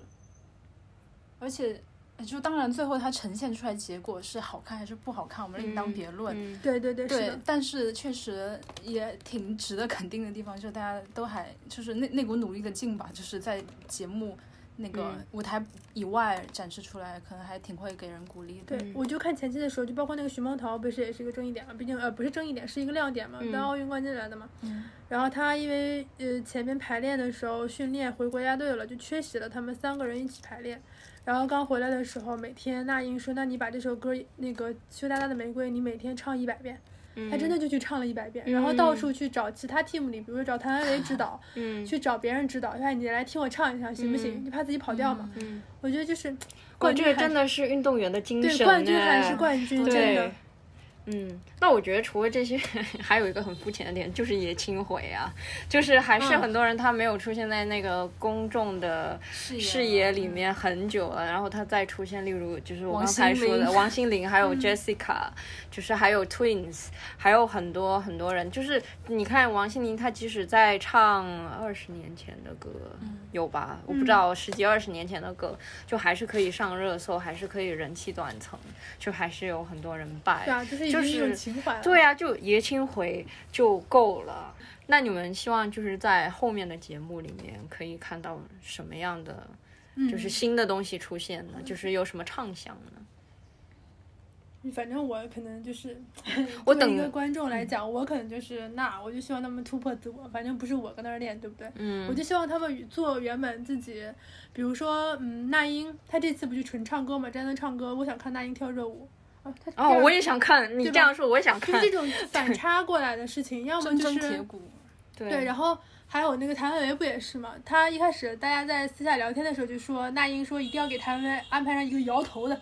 Speaker 1: 而且就当然，最后它呈现出来结果是好看还是不好看，我们另当别论。
Speaker 3: 嗯
Speaker 2: 对对对，是
Speaker 1: 对
Speaker 2: 的，，
Speaker 1: 但是确实也挺值得肯定的地方，就是大家都还就是那那股努力的劲吧，就是在节目那个
Speaker 3: 嗯
Speaker 1: 舞台以外展示出来，可能还挺会给人鼓励的。
Speaker 2: 对
Speaker 3: 嗯
Speaker 2: 我就看前期的时候，就包括那个徐梦桃，不是也是一个争议点嘛？毕竟呃不是争议点，是一个亮点嘛，
Speaker 3: 嗯
Speaker 2: 当奥运冠军来的嘛。
Speaker 1: 嗯
Speaker 2: 然后她因为呃前面排练的时候训练回国家队了，就缺席了，他们三个人一起排练。然后刚回来的时候，每天那英说：“那你把这首歌那个羞答答的玫瑰，你每天唱一百遍。”
Speaker 3: 嗯
Speaker 2: 他真的就去唱了一百遍，然后到处去找其他 team 里，比如说找谭维维指导，
Speaker 3: 嗯
Speaker 2: 去找别人指导，哎，你来听我唱一唱行不行？你怕自己跑调嘛？
Speaker 3: 嗯，
Speaker 2: 我觉得就是
Speaker 3: 哇，
Speaker 2: 冠
Speaker 3: 这
Speaker 2: 军
Speaker 3: 个
Speaker 2: 还
Speaker 3: 真的是运动员的精
Speaker 2: 对
Speaker 3: 神，哎
Speaker 2: 冠军还是。冠军，真
Speaker 3: 对
Speaker 2: 的，
Speaker 3: 嗯，那我觉得除了这些， 还有一个很肤浅的点，就是爷青回啊，就是还是
Speaker 2: 嗯
Speaker 3: 很多人他没有出现在那个公众的
Speaker 1: 视嗯
Speaker 3: 视野里面很久了，然后他再出现，例如就是我
Speaker 1: 王
Speaker 3: 刚才
Speaker 1: 心
Speaker 3: 说的
Speaker 1: 凌嗯
Speaker 3: 王心凌，还有 Jessica，、就是还有 Twins，还有很多很多人，就是你看王心凌，她即使在唱二十年前的歌，
Speaker 1: 嗯
Speaker 3: 有吧？我不知道十几二十年前的歌，就还是可以上热搜，还是可以人气断层，就还是有很多人拜。
Speaker 2: 对啊，就是已
Speaker 3: 就
Speaker 2: 经是一种
Speaker 3: 是
Speaker 2: 情怀了。
Speaker 3: 对啊呀、就爷青回就够了。那你们希望就是在后面的节目里面可以看到什么样的，
Speaker 2: 嗯
Speaker 3: 就是新的东西出现呢？就是有什么畅想呢？
Speaker 2: 反正我可能就是，
Speaker 3: 我
Speaker 2: 作为一
Speaker 3: 等嗯
Speaker 2: 个观众来讲，我可能就是那，我就希望他们突破自我，反正不是我跟那儿练，对不对？
Speaker 3: 嗯
Speaker 2: 我就希望他们做原本自己，比如说，嗯，那英，她这次不就纯唱歌嘛，真的唱歌，我想看那英跳热舞。啊，她这
Speaker 3: 哦，
Speaker 2: 样
Speaker 3: 我也想看，你
Speaker 2: 对吧
Speaker 3: 这样说我也想
Speaker 2: 就是
Speaker 3: 看
Speaker 2: 这。 种反差过来的事情，要么
Speaker 1: 铮
Speaker 2: 就
Speaker 1: 铮铁
Speaker 2: 是
Speaker 1: 骨，
Speaker 2: 对，
Speaker 3: 对，
Speaker 2: 然后还有那个谭维不也是嘛？他一开始大家在私下聊天的时候就说，那英说一定要给谭维安排上一个摇头的，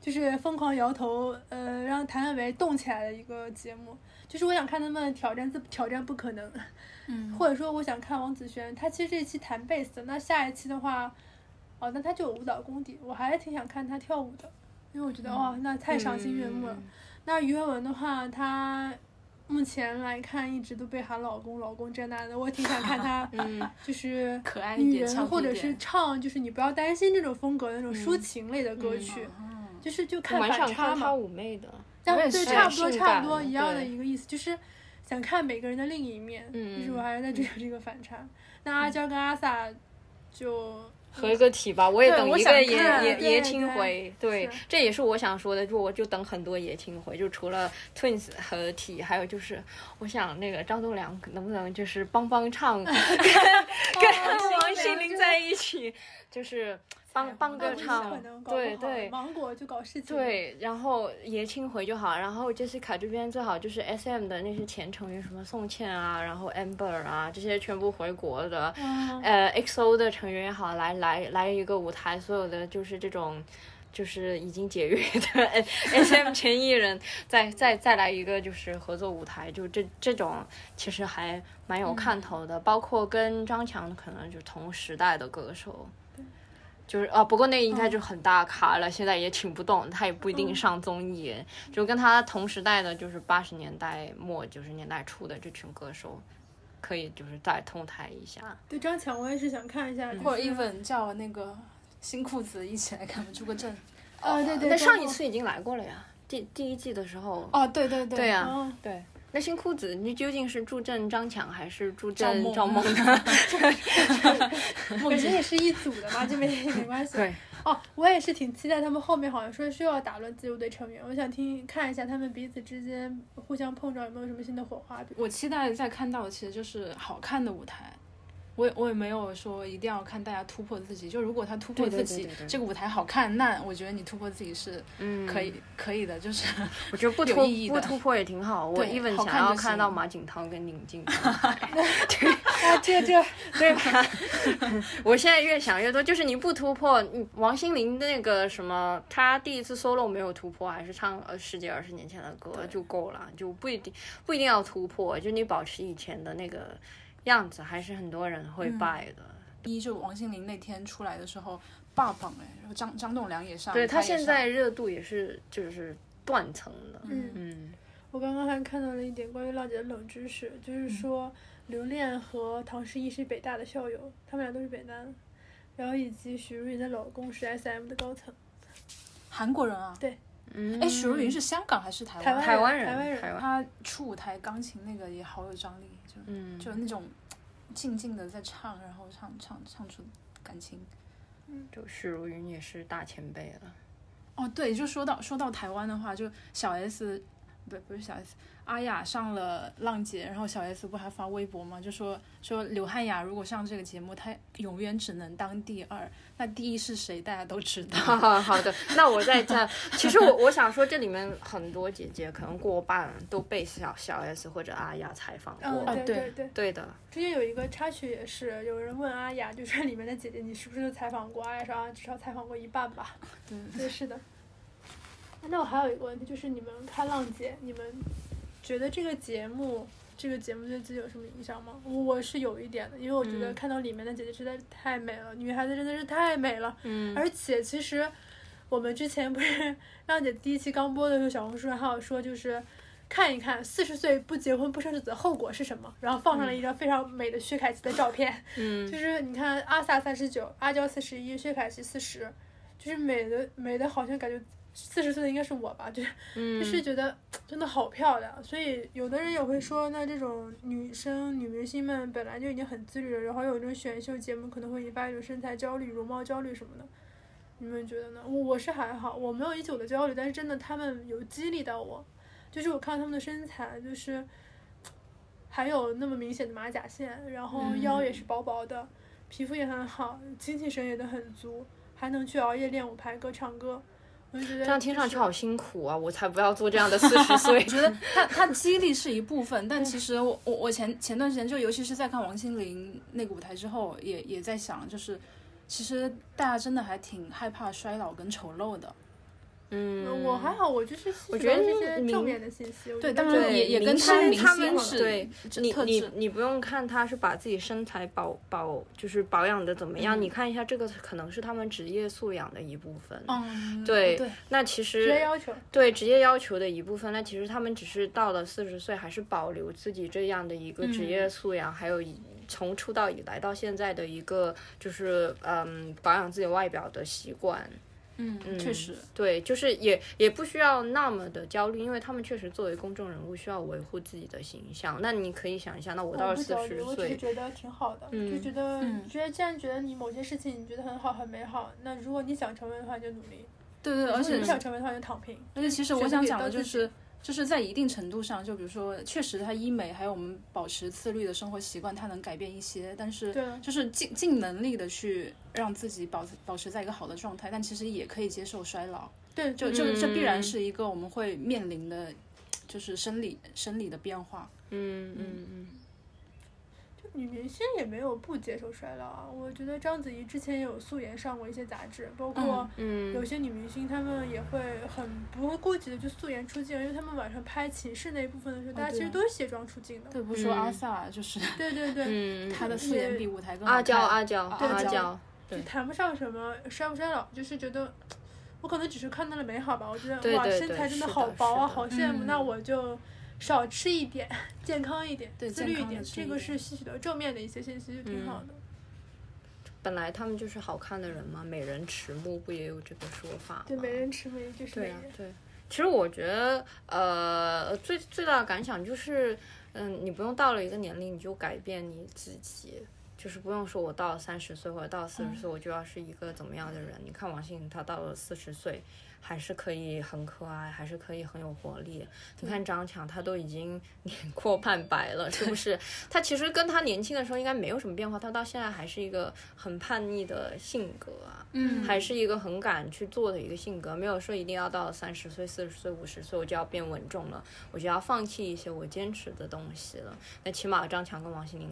Speaker 2: 就是疯狂摇头，呃，让谭维动起来的一个节目。就是我想看他们挑战自挑战不可能，
Speaker 1: 嗯，
Speaker 2: 或者说我想看王子轩，他其实这一期弹贝斯的，那下一期的话，哦，那他就有舞蹈功底，我还是挺想看他跳舞的，因为我觉得哇、那太赏心悦目
Speaker 1: 嗯
Speaker 2: 了。那于文文的话，她目前来看一直都被喊老公，老公这那的，我也挺想看 她
Speaker 3: 嗯，
Speaker 2: 就是
Speaker 1: 可爱一
Speaker 2: 女
Speaker 1: 点，俏
Speaker 2: 人
Speaker 1: 皮
Speaker 2: 或
Speaker 1: 一
Speaker 2: 者
Speaker 1: 点
Speaker 2: 是唱就是你不要担心这种风格的那种抒情类的歌曲，
Speaker 1: 嗯
Speaker 2: 就是就
Speaker 3: 我
Speaker 2: 看
Speaker 3: 蛮
Speaker 2: 反
Speaker 3: 想
Speaker 2: 差
Speaker 3: 看他
Speaker 2: 嘛，嗯
Speaker 3: 妩媚的。
Speaker 2: 但
Speaker 1: 我也
Speaker 2: 对
Speaker 1: 是
Speaker 2: 差不多
Speaker 3: 性
Speaker 2: 差
Speaker 3: 感
Speaker 2: 不多
Speaker 3: 的
Speaker 2: 一样的
Speaker 3: 对
Speaker 2: 一个意思，就是想看每个人的另一面，就是我
Speaker 3: 嗯
Speaker 2: 还是在追求这个反差。那阿娇跟阿萨就
Speaker 3: 合个体吧，我也
Speaker 1: 对
Speaker 3: 等
Speaker 1: 我
Speaker 3: 一
Speaker 1: 想
Speaker 3: 个爷
Speaker 1: 看
Speaker 3: 爷
Speaker 2: 对
Speaker 3: 爷青
Speaker 2: 对
Speaker 3: 回，对
Speaker 2: 是，
Speaker 3: 这也是我想说的，就我就等很多爷青回，就除了 Twins 合体，还有就是我想那个张栋梁能不能就是帮帮唱， 跟跟王心凌在一起，就是帮帮
Speaker 2: 那
Speaker 3: 个
Speaker 2: 我就可
Speaker 3: 唱
Speaker 2: 能，搞
Speaker 3: 对
Speaker 2: 不好
Speaker 3: 对。
Speaker 2: 芒果就搞事情，，
Speaker 3: 对，然后爷青回就好，然后 Jessica 这边最好就是 SM 的那些前成员，什么宋茜啊，然后 Amber 啊，这些全部回国的，
Speaker 2: 嗯，
Speaker 3: 呃，XO 的成员也好，来来来一个舞台，所有的就是这种，就是已经解约的 SM 前艺人，再再再来一个就是合作舞台，就这这种其实还蛮有看头的，包括跟张强可能就同时代的歌手。就是啊，不过那应该就很大咖了，现在也请不动，他也不一定上综艺。就跟他同时代的，就是八十年代末九十年代初的这群歌手，可以就是再通台一下。
Speaker 2: 对张强我也是想看一
Speaker 3: 嗯
Speaker 2: 下，
Speaker 1: 或者
Speaker 2: 就是
Speaker 1: even 叫那个新裤子一起来给我们出个阵。
Speaker 2: 呃，对对，啊
Speaker 3: 哦
Speaker 2: 周
Speaker 3: 那上一
Speaker 2: 末
Speaker 3: 次已经来过了呀，第第一季的时候。
Speaker 1: 哦，对对对，
Speaker 3: 对啊呀、
Speaker 2: 哦
Speaker 3: 对。那新裤子，你究竟是助阵张强还是助
Speaker 1: 赵
Speaker 3: 阵
Speaker 1: 梦
Speaker 3: 赵梦呢？
Speaker 2: 我们也是一组的嘛，这没没关系。
Speaker 3: 对，
Speaker 2: 哦，我也是挺期待他们后面好像说是要打乱自由队成员，我想听看一下他们彼此之间互相碰撞有没有什么新的火花。比如
Speaker 1: 我期待再看到的其实就是好看的舞台。我也我也没有说一定要看大家突破自己，就如果他突破
Speaker 3: 对对
Speaker 1: 自
Speaker 3: 对
Speaker 1: 己
Speaker 3: 对对
Speaker 1: 这个舞台好看，那我觉得你突破自己是
Speaker 3: 嗯，
Speaker 1: 可以、。可以的，就是
Speaker 3: 我觉得不
Speaker 1: 有
Speaker 3: 突
Speaker 1: 意义的
Speaker 3: 不突破也挺好。我
Speaker 1: 对
Speaker 3: even
Speaker 1: 好
Speaker 3: 想
Speaker 1: 看
Speaker 3: 要
Speaker 1: 就
Speaker 3: 看
Speaker 1: 行
Speaker 3: 到马景涛跟宁 静，
Speaker 2: 啊，这这
Speaker 3: 对吧？ 我现在越想越多，就是你不突破，你王心凌的那个什么，她第一次 solo 没有突破，还是唱呃十几二十年前的歌就够了，就不一定不一定要突破，就你保持以前的那个样子，还是很多人
Speaker 1: 嗯
Speaker 3: 会 buy 的。
Speaker 1: 一就王心凌那天出来的时候霸榜哎，然后张张栋梁也上，
Speaker 3: 对
Speaker 1: 他
Speaker 3: 他
Speaker 1: 也
Speaker 3: 现
Speaker 1: 上
Speaker 3: 在热度也是就是断层的，
Speaker 2: 嗯
Speaker 3: 嗯，
Speaker 2: 我刚刚还看到了一点关于浪姐的冷知识，就是说刘恋和唐诗逸是北大的校友，他们俩都是北大的，然后以及许茹芸的老公是 SM 的高层，
Speaker 1: 韩国人啊，
Speaker 3: 嗯
Speaker 1: 哎，许茹芸是香港还是台
Speaker 2: 台
Speaker 1: 湾？
Speaker 3: 台湾
Speaker 2: 湾
Speaker 3: 人，
Speaker 2: 人台湾人
Speaker 3: 台湾，
Speaker 1: 她出舞台钢琴那个也好有张力，就
Speaker 3: 嗯，
Speaker 1: 就那种静静的在唱，然后唱唱唱出感情。
Speaker 3: 就许茹芸也是大前辈了，
Speaker 1: 哦，对，就说到说到台湾的话，就小 S 不不是小 S，阿雅上了浪姐，然后小 S 不还发微博嘛，就说说刘汉雅如果上这个节目，她永远只能当第二，那第一是谁大家都知道。
Speaker 3: 哈哈，好的，那我再再，其实我我想说，这里面很多姐姐可能过半都被小小 S 或者阿雅采访
Speaker 2: 嗯，
Speaker 3: 过，
Speaker 1: 哦对
Speaker 2: 对对对。
Speaker 3: 对的，
Speaker 2: 之前有一个插曲也是，有人问阿雅，就说里面的姐姐你是不是都采访过？阿雅说啊，至少采访过一半吧。
Speaker 1: 对
Speaker 2: 对，是的。那我还有一个问题，就是你们看浪姐，你们觉得这个节目，这个节目对自己有什么影响吗？我我是有一点的，因为我觉得
Speaker 3: 嗯
Speaker 2: 看到里面的姐姐实在是太美了，女孩子真的是太美了。
Speaker 3: 嗯
Speaker 2: 而且其实我们之前不是浪姐第一期刚播的时候，小红书还有说就是。看一看四十岁不结婚不生子的后果是什么？然后放上了一张非常美的薛凯琪的照片，
Speaker 3: 嗯
Speaker 2: 就是你看阿萨三十九，阿娇四十一，薛凯琪四十，就是美的美的，好像感觉四十岁的应该是我吧，就是、
Speaker 3: 嗯
Speaker 2: 就是觉得真的好漂亮。所以有的人也会说，那这种女生女明星们本来就已经很自律了，然后有一种选秀节目可能会引发一种身材焦虑、容貌焦虑什么的。你们觉得呢？我我是还好，我没有一九的焦虑，但是真的他们有激励到我，就是我看他们的身材，就是还有那么明显的马甲线，然后腰也是薄薄的，皮肤也很好，精气神也都很足，还能去熬夜练舞、排歌、唱歌。我就觉得
Speaker 3: 这样听上
Speaker 2: 就
Speaker 3: 去
Speaker 2: 是
Speaker 3: 好辛苦啊！我才不要做这样的四十 岁。
Speaker 1: 我觉得他他激励是一部分，但其实我我我前前段时间就尤其是在看王心凌那个舞台之后，也也在想，就是其实大家真的还挺害怕衰老跟丑陋的，
Speaker 3: 嗯，
Speaker 2: 我还好，我就是吸
Speaker 3: 我
Speaker 2: 取
Speaker 3: 觉
Speaker 2: 到
Speaker 3: 得
Speaker 2: 这些
Speaker 3: 明
Speaker 2: 正面的信息。我
Speaker 1: 对，
Speaker 2: 觉得
Speaker 1: 当
Speaker 3: 对
Speaker 1: 然也也跟
Speaker 3: 明
Speaker 1: 他
Speaker 3: 星
Speaker 1: 明
Speaker 3: 他们
Speaker 1: 星
Speaker 3: 是
Speaker 1: 是
Speaker 3: 对
Speaker 1: 这
Speaker 3: 你
Speaker 1: 特
Speaker 3: 你
Speaker 1: 质，
Speaker 3: 你不用看他是把自己身材保保就是保养的怎么样，
Speaker 1: 嗯
Speaker 3: 你看一下这个可能是他们职业素养的一部分。
Speaker 1: 嗯，
Speaker 3: 对
Speaker 1: 对，
Speaker 3: 那其
Speaker 2: 职业
Speaker 3: 实
Speaker 2: 要求，
Speaker 3: 对职业要求的一部分，那其实他们只是到了四十岁，还是保留自己这样的一个职
Speaker 2: 嗯
Speaker 3: 业素养，还有以从出道以来到现在的一个就是嗯保养自己外表的习惯。
Speaker 1: 嗯，确实，
Speaker 3: 对，就是也也不需要那么的焦虑，因为他们确实作为公众人物需要维护自己的形象。那你可以想一下，那我到
Speaker 2: 哦不
Speaker 3: 四
Speaker 2: 焦虑，
Speaker 3: 十
Speaker 2: 我只是
Speaker 3: 岁，
Speaker 2: 觉得挺好的，就
Speaker 3: 嗯
Speaker 2: 觉得
Speaker 1: 嗯
Speaker 2: 觉得既然觉得你某些事情你觉得很好很美好，那如果你想成为的话你就努力，
Speaker 1: 对对，而
Speaker 2: 如果
Speaker 1: 且
Speaker 2: 你不想成为的话你就躺平。
Speaker 1: 而且其实
Speaker 2: 选
Speaker 1: 我
Speaker 2: 择
Speaker 1: 想
Speaker 2: 给
Speaker 1: 讲
Speaker 2: 到
Speaker 1: 的就
Speaker 2: 自己
Speaker 1: 是，就是在一定程度上，就比如说，确实它医美还有我们保持自律的生活习惯，它能改变一些，但是
Speaker 2: 对
Speaker 1: 就是尽尽能力的去让自己保保持在一个好的状态，但其实也可以接受衰老，
Speaker 2: 对，
Speaker 1: 就
Speaker 2: 就
Speaker 1: 就这必然
Speaker 3: 嗯
Speaker 1: 是一个我们会面临的，就是生理生理的变化。
Speaker 3: 嗯嗯嗯，
Speaker 2: 女明星也没有不接受衰老啊。我觉得章子怡之前也有素颜上过一些杂志，包括
Speaker 3: 嗯
Speaker 2: 有些女明星她们也会很不会顾忌的就素颜出镜，因为她们晚上拍寝室那一部分的时候，大
Speaker 1: 对
Speaker 2: 家其实
Speaker 1: 啊
Speaker 2: 都是卸妆出镜的。
Speaker 1: 对，不说阿
Speaker 3: 嗯
Speaker 1: 萨就是
Speaker 2: 对对对，
Speaker 3: 嗯，
Speaker 1: 她的素颜比舞台更好
Speaker 3: 阿娇
Speaker 1: 看
Speaker 3: 阿娇
Speaker 1: 对
Speaker 3: 阿
Speaker 1: 娇
Speaker 3: 娇，
Speaker 2: 就
Speaker 3: 对
Speaker 2: 谈不上什么衰不衰老，就是觉得我可能只是看到了美好吧。我觉得
Speaker 3: 对
Speaker 2: 哇，
Speaker 3: 对
Speaker 2: 身
Speaker 3: 对
Speaker 2: 材真的
Speaker 3: 是
Speaker 2: 好
Speaker 3: 的
Speaker 2: 薄啊，
Speaker 3: 是的
Speaker 2: 好羡慕。
Speaker 1: 嗯
Speaker 2: 那我就少吃一点， 健康一点，
Speaker 1: 对
Speaker 2: 自
Speaker 1: 健
Speaker 2: 律一
Speaker 1: 康地
Speaker 2: 点。
Speaker 1: 吃
Speaker 2: 这
Speaker 1: 一
Speaker 2: 个
Speaker 1: 点
Speaker 2: 是吸取到正面的一些信息，就挺
Speaker 3: 嗯
Speaker 2: 好的。
Speaker 3: 本来他们就是好看的人嘛，美人迟暮不也有这个说法吗？
Speaker 2: 对，美人迟美就是美
Speaker 3: 对啊
Speaker 2: 人。
Speaker 3: 对。其实我觉得，呃，最最大的感想就是，嗯，你不用到了一个年龄你就改变你自己，就是不用说我到了三十岁或者到四十岁我就要是一个怎么样的人。你看王心凌，她到了四十岁还是可以很可爱，还是可以很有活力。你看张强，他都已经 年过半百了，是不是？他其实跟他年轻的时候应该没有什么变化，他到现在还是一个很叛逆的性格啊。
Speaker 1: 嗯
Speaker 3: 还是一个很敢去做的一个性格，没有说一定要到三十岁、四十岁、五十岁我就要变稳重了，我就要放弃一些我坚持的东西了。那起码张强跟王心凌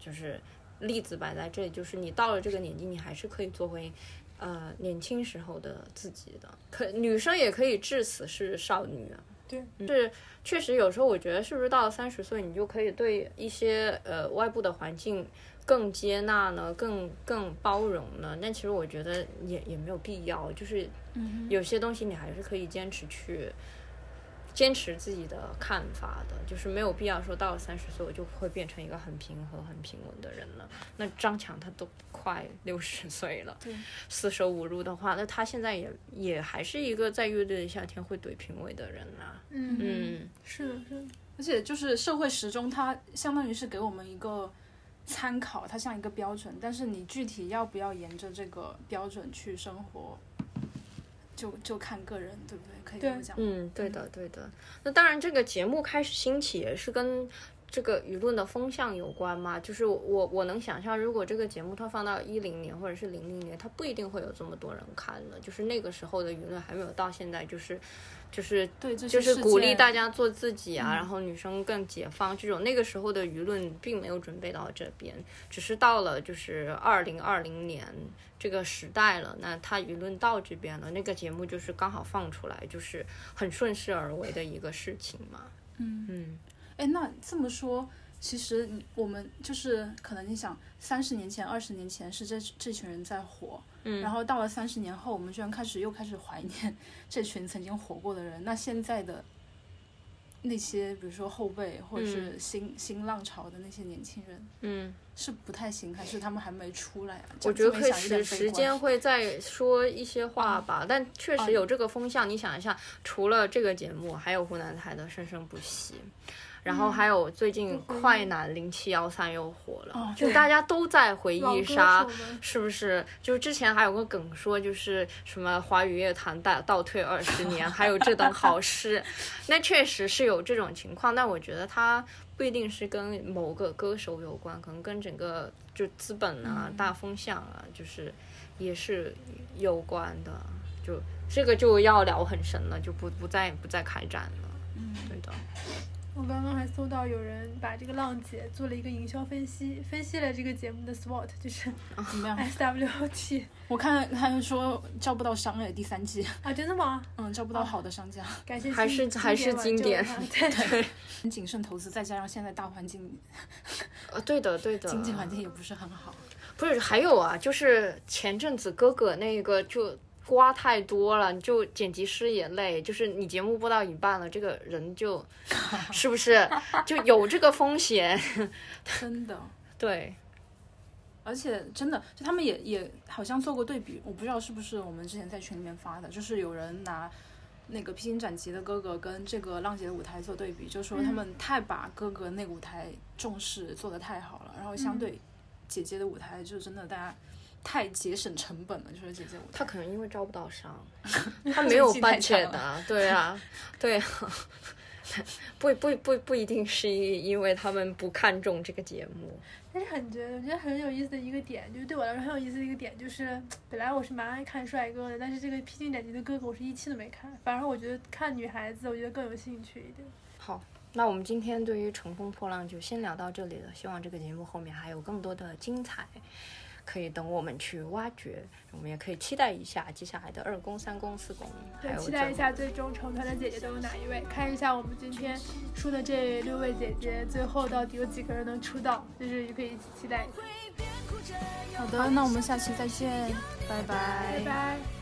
Speaker 3: 就是例子摆在这里，就是你到了这个年纪，你还是可以做回。呃，年轻时候的自己的，可女生也可以至死是少女啊。
Speaker 2: 对
Speaker 3: 嗯，是确实有时候我觉得是不是到了三十岁，你就可以对一些呃外部的环境更接纳呢，更更包容呢？但其实我觉得也也没有必要，就是有些东西你还是可以坚持去坚持自己的看法的，就是没有必要说到了三十岁我就会变成一个很平和、很平稳的人了。那张强他都快六十岁了，四舍五入的话，那他现在也也还是一个在乐队的夏天会怼评委的人啊。
Speaker 2: 嗯
Speaker 3: 嗯
Speaker 2: 是的，是的。
Speaker 1: 而且就是社会时钟，它相当于是给我们一个参考，它像一个标准，但是你具体要不要沿着这个标准去生活，就就看个人，对不对？可以这
Speaker 3: 嗯
Speaker 2: 对
Speaker 1: 么讲。
Speaker 3: 嗯，对的对的。那当然，这个节目开始兴起也是跟这个舆论的风向有关吗？就是我我能想象，如果这个节目它放到一零年或者是零零年，它不一定会有这么多人看的。就是那个时候的舆论还没有到现在，就是就是
Speaker 1: 对这些
Speaker 3: 就是
Speaker 1: 事
Speaker 3: 鼓励
Speaker 1: 件
Speaker 3: 大家做自己
Speaker 1: 嗯
Speaker 3: 啊，然后女生更解放这种。那个时候的舆论并没有准备到这边，只是到了就是二零二零年这个时代了，那它舆论到这边了，那个节目就是刚好放出来，就是很顺势而为的一个事情嘛。
Speaker 1: 嗯
Speaker 3: 嗯，
Speaker 1: 哎，那这么说，其实你我们就是可能你想，三十年前、二十年前是这这群人在火，嗯，然后到了三十年后，我们居然开始又开始怀念 这群曾经火过的人。那现在的那些，比如说后辈或者是新、新浪潮的那些年轻人，
Speaker 3: 嗯。
Speaker 1: 是不太行，还是他们还没出来啊？
Speaker 3: 我
Speaker 1: 这
Speaker 3: 觉
Speaker 1: 样
Speaker 3: 得
Speaker 1: 这么
Speaker 3: 可以
Speaker 1: 一想有点
Speaker 3: 时
Speaker 1: 悲
Speaker 3: 时
Speaker 1: 观
Speaker 3: 间会再说一些
Speaker 1: 嗯
Speaker 3: 话吧，但确实有这个风向。你想一下，除了这个节目，还有湖南台的《生生不息》，
Speaker 1: 嗯
Speaker 3: 然后还有最近快男零七幺三又火了，
Speaker 1: 哦
Speaker 3: 就
Speaker 1: 对
Speaker 3: 大家都在回
Speaker 2: 老
Speaker 3: 忆
Speaker 2: 歌
Speaker 3: 杀
Speaker 2: 手，们
Speaker 3: 是不是？就是之前还有个梗说，就是什么华语乐坛倒倒退二十年，还有这等好事，那确实是有这种情况。但我觉得它不一定是跟某个歌手有关，可能跟整个就资本啊、
Speaker 1: 嗯
Speaker 3: 大风向啊，就是也是有关的。就这个就要聊很深了，就不不再不再开展了。嗯，对的。
Speaker 2: 我刚刚还搜到有人把这个浪姐做了一个营销分析，分析了这个节目的 SWOT，就是
Speaker 1: 怎
Speaker 3: 啊
Speaker 1: 么样？
Speaker 2: SWOT
Speaker 1: 嗯我看他们说招不到商哎，第三季，
Speaker 2: 啊，真的吗？
Speaker 1: 嗯，招不
Speaker 3: 哦
Speaker 1: 到好的商家，
Speaker 2: 感谢
Speaker 3: 还
Speaker 2: 经
Speaker 3: 是还是经典
Speaker 2: 挽救 了它对，
Speaker 1: 很谨慎投资，再加上现在大环境
Speaker 3: 呃，对的，对的。
Speaker 1: 经济环境也不是很好。
Speaker 3: 不是，还有啊，就是前阵子哥哥那个就瓜太多了，就剪辑师也累，就是你节目播到一半了，这个人就 是不是就有这个风险？
Speaker 1: 真的，
Speaker 3: 对，
Speaker 1: 而且真的，就他们也也好像做过对比，我不知道是不是我们之前在群里面发的，就是有人拿那个披荆斩棘的哥哥跟这个浪姐的舞台做对比，就说他们太把哥哥那个舞台重视做得太好了，然后相对姐姐的舞台就真的大家太节省成本了，就是姐姐舞台
Speaker 3: 他可能因为招不到 商，他没有
Speaker 1: 经济太差
Speaker 3: budget 啊，对 啊，对啊。不不不不一定是因为他们不看重这个节目，
Speaker 2: 但是很觉得我觉得很有意思的一个点，就是对我来说很有意思的一个点，就是本来我是蛮爱看帅哥的，但是这个《披荆斩棘的哥哥》我是一期都没看，反而我觉得看女孩子我觉得更有兴趣一点。
Speaker 3: 好，那我们今天对于《乘风破浪》就先聊到这里了。希望这个节目后面还有更多的精彩，可以等我们去挖掘。我们也可以期待一下接下来的二公、三公、四公，还
Speaker 2: 对，
Speaker 3: 有
Speaker 2: 期待一下
Speaker 3: 最后
Speaker 2: 最终成团的姐姐都有哪一位，看一下我们今天出的这六位姐姐最后到底有几个人能出道，就是也可以一起期待一下。
Speaker 4: 会边哭着
Speaker 1: 好的，那我们下期再见，拜
Speaker 2: 拜拜。